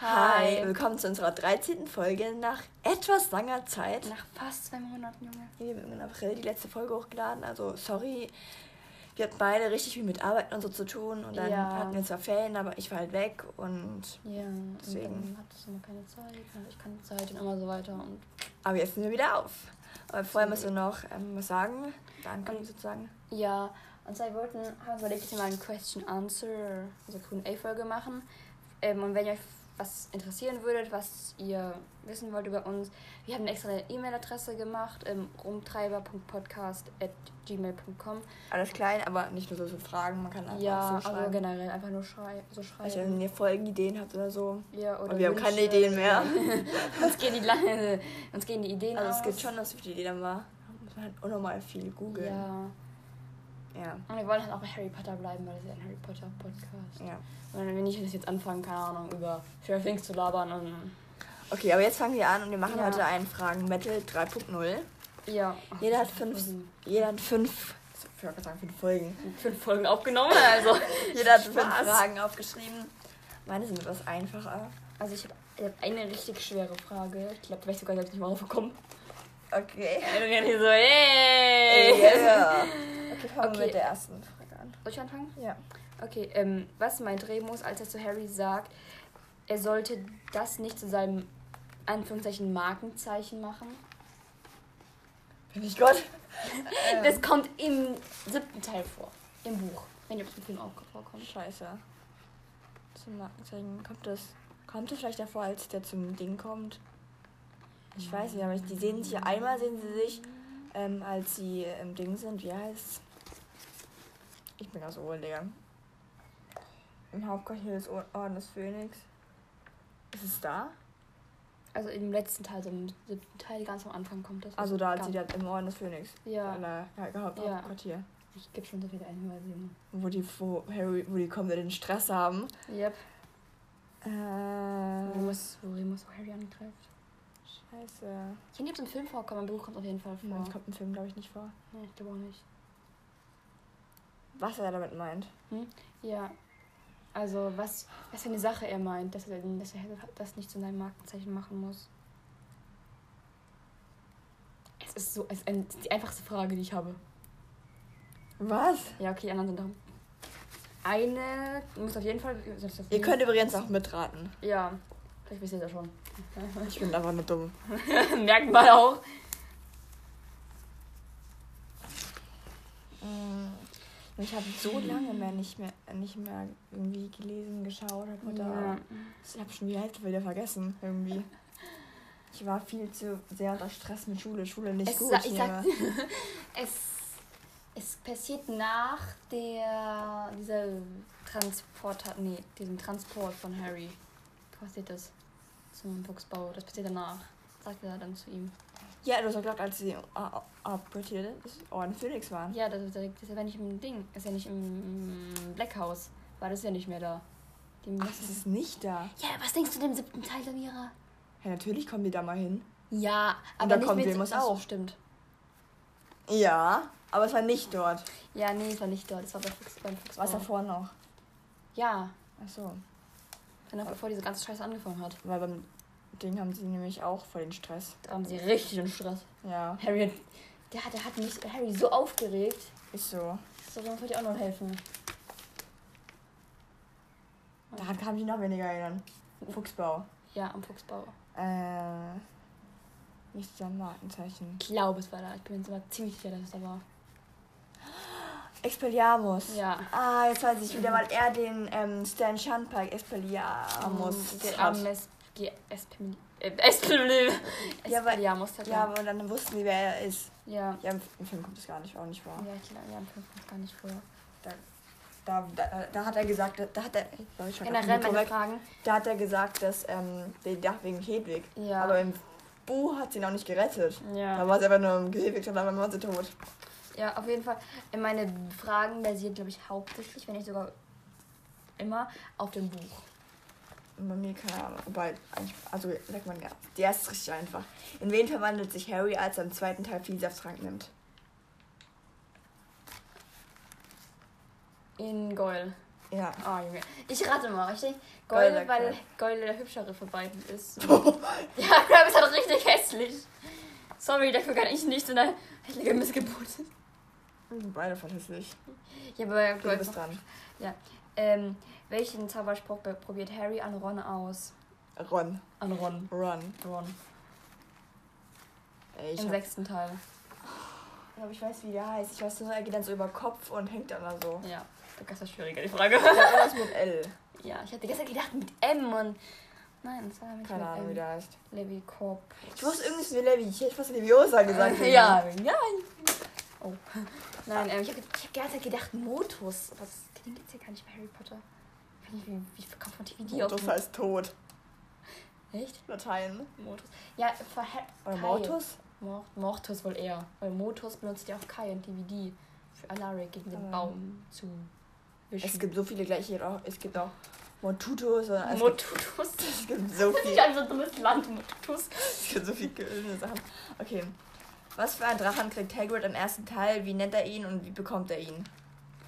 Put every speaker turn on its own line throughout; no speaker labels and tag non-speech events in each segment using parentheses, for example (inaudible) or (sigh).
Hi, willkommen zu unserer 13. Folge nach etwas langer Zeit.
Nach fast zwei Monaten, Junge.
Wir haben im April die letzte Folge hochgeladen, also sorry. Wir hatten beide richtig viel mit Arbeiten und so zu tun und dann
Ja.
hatten wir zwar Ferien, aber ich war halt weg und
Ja,
Deswegen.
deswegen hat es immer keine Zeit. und Ich kann Zeit und immer so weiter. Und,
aber jetzt sind wir wieder auf. Aber vorher müssen wir noch ähm, was sagen,
Ähm.
danke sozusagen.
ja, und zwar wir wollten, haben wir überlegt, dass wir mal ein Question Answer, also QA-Folge machen. Ähm, und wenn ihr euch was interessieren würdet, was ihr wissen wollt über uns, wir haben eine extra E-Mail-Adresse gemacht, ähm, rumtreiber.podcast.gmail.com.
Alles klein, aber nicht nur so zu Fragen, man kann einfach
Ja,
auch so
also
schreiben.
generell einfach nur schrei so
Also
schreiben.
wenn ihr Folgenideen habt oder so.
Ja,
Und wir haben keine
Wünsche.
Ideen mehr.
uns, gehen die, lange- uns gehen die Ideen
Also
aus.
es gibt schon das Video, die dann war. Muss man halt unnormal viel googeln.
Ja.
Ja.
Und wir wollen halt auch bei Harry Potter bleiben, weil das ist ja ein Harry Potter Podcast.
ja.
Und wenn ich das jetzt anfangen, keine Ahnung, über Stranger Things zu labern und.
Okay, aber jetzt fangen wir an und wir machen
Ja.
heute einen Fragen Metal 3.0.
Ja.
Jeder hat fünf, jeder hat fünf, ich wollte gerade sagen fünf Folgen.
Fünf Folgen aufgenommen, also.
(laughs) Jeder hat fünf
Spaß.
Fragen aufgeschrieben. Meine sind etwas einfacher.
Also, ich habe hab eine richtig schwere Frage. Ich glaube, da wäre ich sogar selbst nicht mal draufgekommen.
(laughs) Okay.
Und dann bin ich so, yay!
(laughs) Yeah. Okay, fangen wir
Okay.
mit der ersten Frage an.
Äh, Soll ich anfangen?
Ja.
Okay, ähm, was meint Remus, als er zu Harry sagt, er sollte das nicht zu seinem Anführungszeichen Markenzeichen machen?
Bin ich Gott?
Das kommt im siebten Teil vor, im Buch. Wenn ihr auf dem Film auch vorkommt.
Oh, Scheiße. Zum Markenzeichen kommt das. Kommt das vielleicht davor, als der zum Ding kommt? Ich weiß nicht, aber ich, die sehen sich ja einmal sehen sie sich, ähm, als sie im Ding sind. Wie heißt's? Ich bin ganz oben, Digga. Im Hauptquartier des Or- Orden des Phönix. Ist es da?
Also im letzten Teil, also im siebten Teil, ganz am Anfang kommt das.
Also da, als sie
ganz-
da im Orden des Phönix.
Ja.
In der ja, Haupt
Ja.
Hauptquartier.
Ich gebe schon so viele Einweise. Junge.
Wo die, wo Harry, wo die kommen, den Stress haben.
Yep. Wo
Äh,
Remus, wo Remus Harry angreift.
Scheiße.
Ich weiß nicht, ob es im Film vorkommt, im Buch kommt es auf jeden Fall vor.
Moment, kommt im Film, glaube ich, nicht vor.
Nee, ich glaube auch nicht.
Was er damit meint.
Ja. Also, was, was für eine Sache er meint, dass er, dass er das nicht zu seinem Markenzeichen machen muss. Es ist so, es ist ein, die einfachste Frage, die ich habe.
Was?
Ja, okay, die anderen sind dumm. Eine muss auf jeden Fall. muss auf
Ihr
jeden-
könnt übrigens auch mitraten.
Ja, vielleicht wisst ihr das schon.
Ich bin einfach nur dumm.
(laughs) Merkt man auch.
Mm, Ich habe so lange mehr nicht mehr, nicht mehr irgendwie gelesen, geschaut oder
Ja.
Ich habe schon die Hälfte wieder vergessen irgendwie. Ich war viel zu sehr unter Stress mit Schule. Schule nicht
Es,
gut.
sa- ich
ne?
sag, (laughs) es, es passiert nach der dieser Transport, nee, diesem Transport von Harry. Passiert das zum Buchsbau. Das passiert danach. Sagt er dann zu ihm.
ja, du hast doch gesagt, als sie abportiert ist, Orden Phoenix waren.
Ja, das ist, direkt, das ist ja nicht im Ding, ist ja nicht im Black House. War das ja nicht mehr da. Die
Ach, das ist nicht da.
ja, was denkst du dem siebten Teil, Samira?
Ja, natürlich kommen die da mal hin.
Ja, aber
da
nicht
kommt
mit-
Remus
Ach so,
auch.
Stimmt.
Ja, aber es war nicht dort.
Ja, nee, es war nicht dort. Es war bei Fuchs, beim Fuchsbau.
Was davor noch?
Ja,
Ach so.
genau bevor diese ganze Scheiße angefangen hat.
Weil beim Ding haben sie nämlich auch voll den Stress.
Da
(laughs)
haben sie richtig den Stress.
Ja,
Harry, hat- der, hat- der hat mich Harry so aufgeregt.
ist so.
So, dann wollte ich auch noch helfen.
Daran kann ich mich noch weniger erinnern. Fuchsbau.
Ja, am Fuchsbau.
Äh. Nicht sein Markenzeichen.
Ich glaube, es war da. Ich bin jetzt aber ziemlich sicher, dass es da war.
Expelliarmus.
Ja. ähm,
Ah, jetzt weiß ich wieder, weil er den ähm, Stan Shunpike Expelliarmus
Der
hat.
arme ähm, Es- Ge- Espim- äh, (laughs) Espim-
Ja, aber-
Espelliarmus hat
Ja,
er.
aber dann wussten sie, wer er ist.
Ja.
Ja, im im Film kommt es gar nicht, auch nicht vor.
Ja, ich glaube, ja, am Film kommt es gar nicht vor.
Da, da, da hat er gesagt, da, da hat er. Ich glaub, ich schau grad
Generell
vom Mikro
meine
weg.
Fragen.
Da hat er gesagt, dass ähm, den Dach wegen Hedwig.
Ja.
Aber im Bu hat sie ihn auch nicht gerettet. Da
ja.
war sie einfach nur im Gehweg und dann war sie tot.
Ja, auf jeden Fall. Äh, Meine Fragen basieren, glaube ich, hauptsächlich, wenn nicht sogar immer, auf dem Buch.
Und bei mir keine Ahnung. Wobei, eigentlich- also sagt man ja. Der ist richtig einfach. In wen verwandelt sich Harry, als er im zweiten Teil Vielsafttrank nimmt?
In Goyle.
Ja. (laughs)
Oh, Junge. Ich rate mal, richtig?
Goyle,
Goyle, weil
klar.
Goyle der hübschere von beiden ist. (laughs) Ja, Crab ist halt richtig hässlich. Sorry, dafür kann ich nicht so eine heilige Missgeburt.
Wir sind Beide voll hässlich.
Ja, aber
Du
Goyle
bist dran.
Ähm, welchen Zauberspruch be- probiert Harry an Ron aus?
Ron.
An Ron.
Ron.
Ron.
Ey, ich,
Im
hab,
sechsten Teil.
ich glaube, ich weiß, wie der heißt. Ich weiß nur, er geht dann so über Kopf und hängt dann da so.
Ja, das ist schwieriger, die Frage.
Irgendwas mit L.
ja, ich hatte gestern gedacht mit M und. Nein, das war nicht
Keine
mit
Ahnung, wie
M.
der heißt.
Levi Corp.
Ich wusste irgendwas mit Levi. Ich hätte fast Leviosa (laughs) gesagt.
Äh, (laughs) ja, nein. Oh. Nein, ähm, ich habe ich hab die ganze Zeit gedacht, Motus. Aber das klingt jetzt ja gar nicht bei Harry Potter. Ich weiß nicht, Wie, wie konfrontiert wie die auf
Motus halt. heißt tot.
Echt?
Latein.
Motus. Ja, für Harry.
Oder Mortus?
Mor Mortus wohl eher. Weil Motus benutzt ja auch Kai und DVD für Alaric gegen den
Ähm.
Baum zu wischen.
Es gibt so viele gleiche. Es gibt auch Montutus. Oder es, gibt,
Motus. (laughs) Das
es gibt so
ist
viel.
ein so dummes Land, Motus.
Es gibt so viele Sachen. Okay. Was für einen Drachen kriegt Hagrid im ersten Teil? Wie nennt er ihn und wie bekommt er ihn?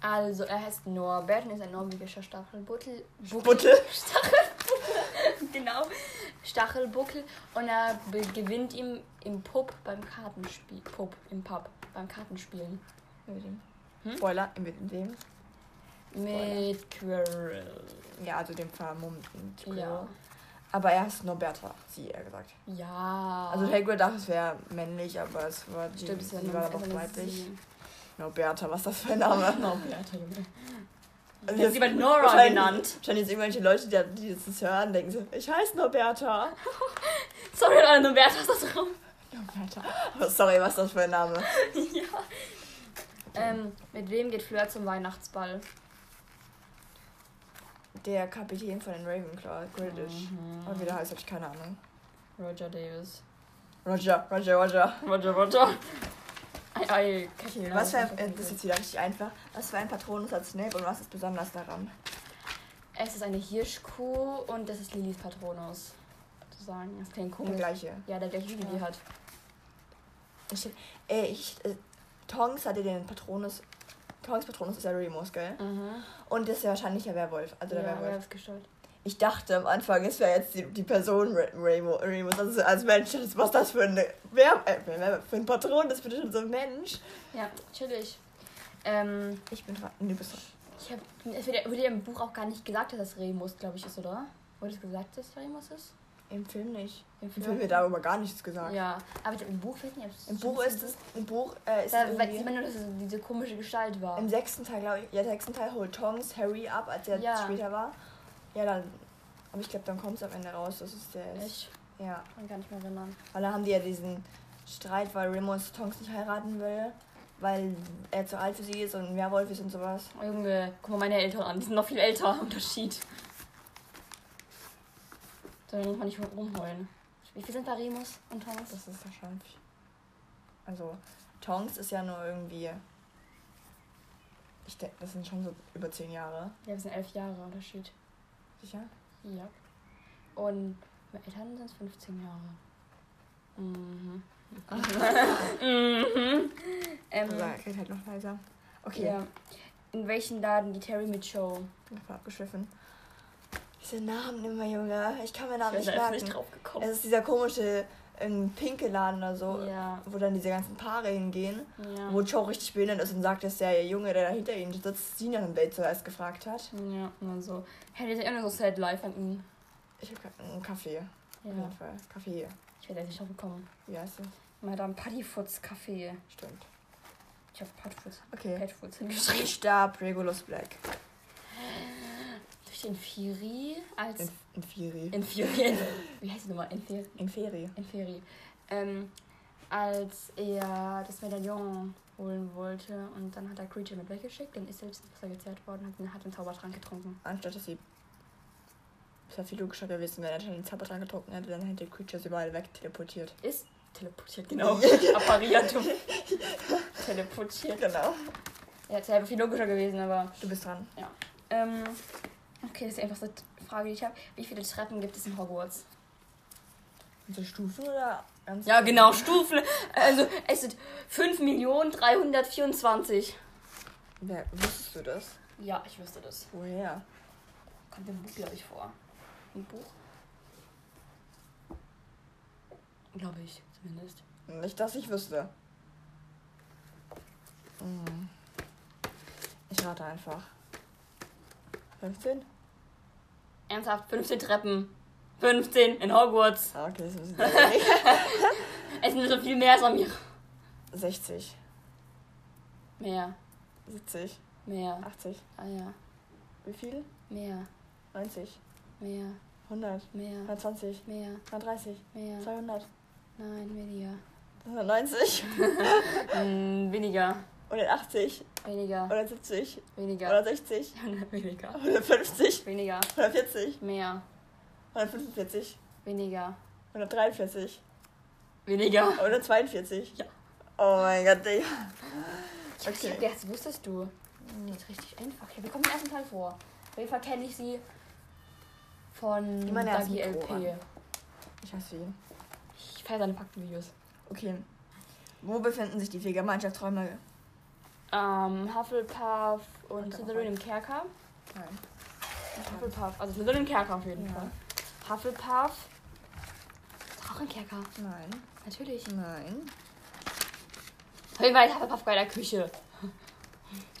Also, er heißt Norbert und ist ein norwegischer Stachelbuttel.
Butte.
(laughs) genau. Stachelbuckel und er be- gewinnt ihm im Pub beim Kartenspiel. Pub, im Pub, beim Kartenspielen.
Mit dem.
Hm?
Spoiler. Mit dem.
Mit Quirrell.
Ja, also dem vermummten Squirrel.
Ja.
Aber er heißt Norberta, sie eher gesagt.
Ja.
Also Hagrid dachte, es wäre männlich, aber es war die,
Ah. Stimmt, es
sie
ist ja
war
nur-
dann auch
also
weiblich.
sie-
Norberta, was ist das für ein (laughs)
(laughs)
Name?
Norbert, Junge.
Also
Hätte
jetzt-
sie bei Nora
wahrscheinlich-
genannt.
Wahrscheinlich jetzt irgendwelche Leute, die, die das jetzt hören, denken so, ich heiße Norberta.
Sorry, an alle Norbert, was ist drauf?
Norberta. (laughs) Aber sorry, was ist das für ein Name?
(laughs) ja. Ähm, mit wem geht Fleur zum Weihnachtsball?
Der Kapitän von den Ravenclaw, Quidditch.
Mhm.
Und wie der heißt, habe ich keine Ahnung.
Roger Davis.
Roger, Roger, Roger.
Roger, Roger. Ei, ei,
Okay, was für ein, äh, das ist jetzt wieder richtig einfach. Was für ein Patronus hat Snape und was ist besonders daran?
Es ist eine Hirschkuh und das ist Lillys Patronus. Sozusagen. Das klingt
Der
komisch.
gleiche.
Ja, der gleiche, wie die
Ja.
hat.
Ich, ey, ich, äh, Tongs hatte den Patronus. Tongs Patronus ist ja Remus, gell?
Mhm.
Und das ist ja wahrscheinlich der Werwolf. Also der
ja, wer
Werwolf.
hat's gestört?
Ich dachte am Anfang, es wäre jetzt die, die Person Re Remo, Remus. Also als Mensch, das- was das für eine Wer äh, Wer- Wer- für ein Patron ist, bitte schon so ein Mensch.
Ja, chillig. Ähm,
Ich bin dran. Nee, bist dran.
ich hab, es wird ja- wurde ja im Buch auch gar nicht gesagt, dass das Remus, glaube ich, ist, oder? Wurde es gesagt, dass es Remus ist?
Im Film nicht.
Im
Im Film wird darüber gar nichts gesagt.
Ja, aber im Buch weiß nicht, ob es-
Im Buch ist es. Im Buch äh, ist
Da
es
weiß man
irgendwie-
nur, dass es diese komische Gestalt war.
im sechsten Teil, glaube ich. Ja, im sechsten Teil holt Tongs Harry ab, als er
Ja.
später war. Ja, dann. Aber ich glaube, dann kommt es am Ende raus, dass es der ist.
Ich
Ja.
kann gar nicht mehr erinnern.
Weil da haben die ja diesen Streit, weil Remus Tonks nicht heiraten will, weil er zu alt für sie ist und ein Werwolf ist und sowas.
Oh, Junge, guck mal meine Eltern an. Die sind noch viel älter. (laughs) Unterschied. Da muss man nicht rumheulen. Wie viel sind da Remus und Thomas?
Das ist ja schon. viel. Also, Tonks ist ja nur irgendwie. Ich denke, das sind schon so über zehn Jahre.
Ja, wir sind elf Jahre Unterschied.
Sicher?
Ja. Und meine Eltern sind 15 Jahre. Mhm. (laughs) mhm. Ähm,
Also, er geht halt noch leiser. Okay,
ja. In welchen Laden geht Terry mit Show?
ich bin abgeschwiffen. Diese Namen immer, Junge. Ich kann mir Namen
Ich Also,
nicht
bin da jetzt
merken.
nicht drauf gekommen.
es ist dieser komische ähm, pinke Laden oder so,
Ja.
wo dann diese ganzen Paare hingehen.
Ja.
Wo Joe richtig behindert ist und sagt, dass der Junge, der da hinter ihm sitzt, sie nach dem Date zuerst gefragt hat.
Ja, und so. Harry ist ja immer so sad life an ihn.
Ich habe einen Kaffee. Auf
Ja.
jeden Fall. Kaffee.
Ich werde nicht drauf gekommen.
Wie heißt das?
Madame Paddyfoots Kaffee.
Stimmt.
Ich habe Padfoots,
Okay.
Padfoots hingeschrieben.
Ich starb Regulus Black.
Durch den Firi als.
In, in Fieri.
Inferi. (laughs) Wie heißt die nochmal? Inferi.
In Feri.
Inferi. Ähm, als er das Medaillon holen wollte und dann hat er Creature mit weggeschickt, dann ist er selbst ins Wasser gezerrt worden und hat- hat den Zaubertrank getrunken.
Anstatt dass sie. Es wäre viel logischer gewesen, wenn er den Zaubertrank getrunken hätte, dann hätte Creatures überall wegteleportiert.
Ist teleportiert, genau. (laughs) Appariert. teleportiert.
Genau.
Ja, es wäre viel logischer gewesen, aber.
Du bist dran.
Ähm, okay, das ist die einfachste Frage, die ich habe. Wie viele Treppen gibt es in Hogwarts?
Unsere Stufen oder ganz.
Ja, genau, Stufen. Also, es sind 5.324.
Wer, wusstest du das?
Ja, ich wüsste das.
Woher?
Kommt im Buch, glaube ich, vor. Im Buch? Glaube ich, zumindest.
Nicht, dass ich wüsste. Hm. Ich rate einfach. 15?
Ernsthaft, 15 Treppen. 15 in Hogwarts.
Ah, okay, das ist ein bisschen
Es sind so viel mehr als an mir.
60,
Mehr,
70,
mehr.
80.
Ah ja.
Wie viel?
Mehr,
90,
mehr,
100,
mehr,
120,
mehr,
130,
mehr.
200,
Nein, weniger.
190,
Hm, weniger,
180,
weniger,
170,
weniger.
160,
(laughs) Weniger.
150,
Weniger.
140,
Mehr,
145,
weniger,
143,
weniger.
142.
Ja.
Oh mein Gott, Digga.
Okay.
Okay.
Das wusstest du. Das ist richtig einfach. Ja, wir kommen im ersten Teil vor. Auf jeden Fall kenne ich sie von
Immer der
Dagi
ersten Pro
LP.
Ich hasse ihn.
Ich feiere seine Faktenvideos.
Okay. Wo befinden sich die vier Gemeinschaftsträume?
Ähm, Hufflepuff und
Und
Slytherin im Kerker.
Nein.
Hufflepuff, also Slytherin im Kerker auf jeden
Ja.
Fall. Hufflepuff. Ist auch ein Kerker,
Nein.
natürlich.
Nein.
Auf jeden Fall ist Hufflepuff bei der Küche.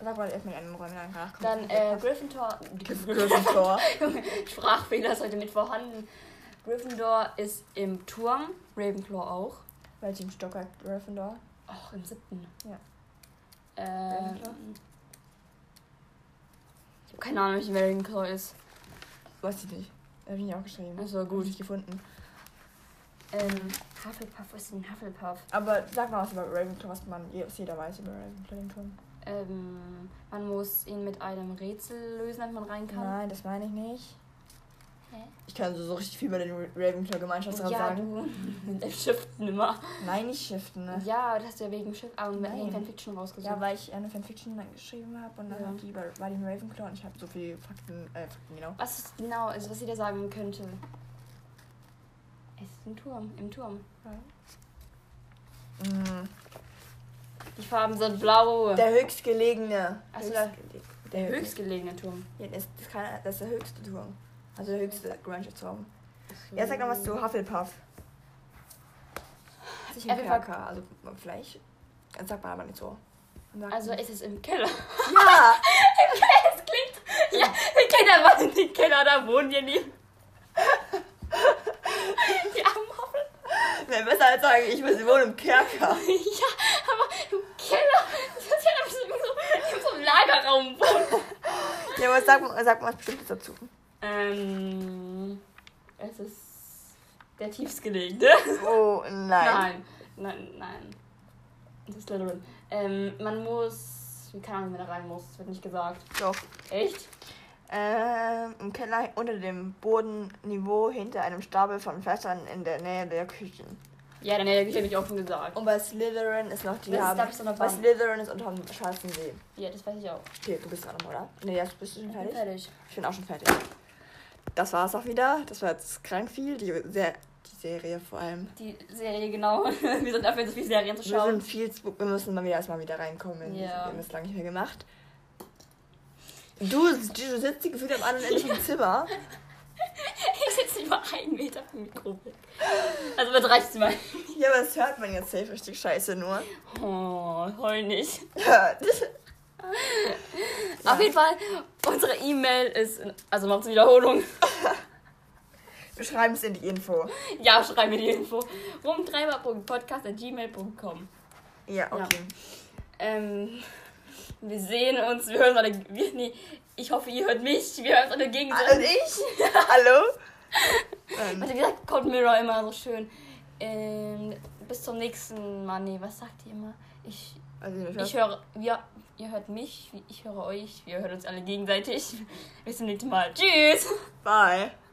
Sag mal erstmal die anderen Räume dann nach.
Dann äh, Gryffindor. (laughs)
Gryffindor.
Sprachfehler ist heute mit vorhanden. Gryffindor ist im Turm, Ravenclaw auch.
Welchen Stock hat Gryffindor?
Auch im siebten.
Ja.
Ähm,
Ravenclaw?
ich habe keine Ahnung, welchen Ravenclaw ist.
Weiß ich nicht. Hab ich nicht aufgeschrieben.
Ach so,
Gut,
gut.
ich gefunden.
Ähm, Hufflepuff, wo ist denn Hufflepuff?
Aber sag mal was über Ravenclaw, was man was jeder weiß über Ravenclaw. den Turm.
Ähm, man muss ihn mit einem Rätsel lösen, damit man rein kann.
Nein, das meine ich nicht.
Hä?
Ich kann so, so richtig viel über den Ra- Ravenclaw-Gemeinschaftsrat
ja,
sagen.
du. Mit dem Shiften immer.
Nein, nicht shiften, ne?
Ja, das hast du ja wegen Shift ah, und
Nein.
wegen Fanfiction rausgesucht.
Ja, weil ich äh, eine Fanfiction dann geschrieben habe und dann
Ja.
hat die über war die im Ravenclaw und ich habe so viele Fakten, äh, Fakten genau.
was ist genau, also was sie da sagen könnte? Es ist ein Turm, im Turm.
Mm.
Die Farben sind blau.
Der höchstgelegene.
Ach so,
Höchstgele- der höchste.
höchstgelegene Turm.
Ja, das, das, kann, das ist der höchste Turm. Also der höchste Gemeinschaftsraum.
Mhm.
Ja, sag noch was zu Hufflepuff. Sich im
Hufflepuff-
Kerker, also vielleicht. Das sagt man aber nicht so. Man sagt-
Also es ist im Keller. (laughs)
ja!
Es klingt. Ja, im Keller war in den Keller, da wohnen ja nie. Die armen Hoffel.
Nein, besser als sagen, ich will sie wohnen im Kerker.
Ja, aber im Keller. Das ist ja dann so in so einem Lagerraum wohnen.
Ja, aber sag, mal- sag mal was Bestimmtes dazu.
Ähm. Es ist der tiefstgelegene.
Oh, nein.
Nein. Nein, nein. Das ist Slytherin. Ähm, man muss. Wie kann man da rein muss? Das wird nicht gesagt.
Doch.
Echt?
Ähm, Im Keller unter dem Bodenniveau hinter einem Stapel von Fässern in der Nähe der Küchen.
Ja, dann hätte ich nämlich auch schon gesagt.
Und bei Slytherin ist noch die
Das ist,
haben.
glaub ich, so eine
bei
Wand.
Slytherin ist unter dem schwarzen See.
Ja, das weiß ich auch.
Okay, du bist auch noch, oder? Nee, jetzt bist du schon fertig.
Fertig.
Ich bin auch schon fertig. Das war's auch wieder. Das war jetzt krank viel. Die, Se- die Serie vor allem.
Die Serie, genau. (laughs) Wir sind dafür, so viel Serien zu
Wir
schauen.
sind viel zu, wir müssen mal wieder erstmal wieder reinkommen.
Ja.
Wir haben das lange nicht mehr gemacht. Du, du sitzt hier gefühlt am anderen Ende
(laughs)
vom Zimmer.
Ich sitze über einen Meter vom Mikro weg. Also übertreibst du mal.
Ja, aber das hört man jetzt safe richtig scheiße nur.
Oh, heul nicht.
Ja, das,
Auf jeden Fall, unsere E-Mail ist. in- Also noch zur Wiederholung. (laughs)
wir schreiben es in die Info.
Ja, schreib mir die Info. Rumtreiber.podcast.gmail.com.
Ja,
Ja.
okay.
Ähm. Wir sehen uns, wir hören alle. Wir, nee, ich hoffe, ihr hört mich. Wir hören uns alle
Ah, Und
gegenseitig.
ich? Hallo?
Was
Ähm,
hat gesagt? Cold Mirror immer so schön. Ähm, bis zum nächsten Mal. Nee, was sagt ihr immer? Ich,
also, ich
Ich höre, wir, ihr hört mich, ich höre euch, wir hören uns alle gegenseitig. Bis zum nächsten Mal. Tschüss!
Bye.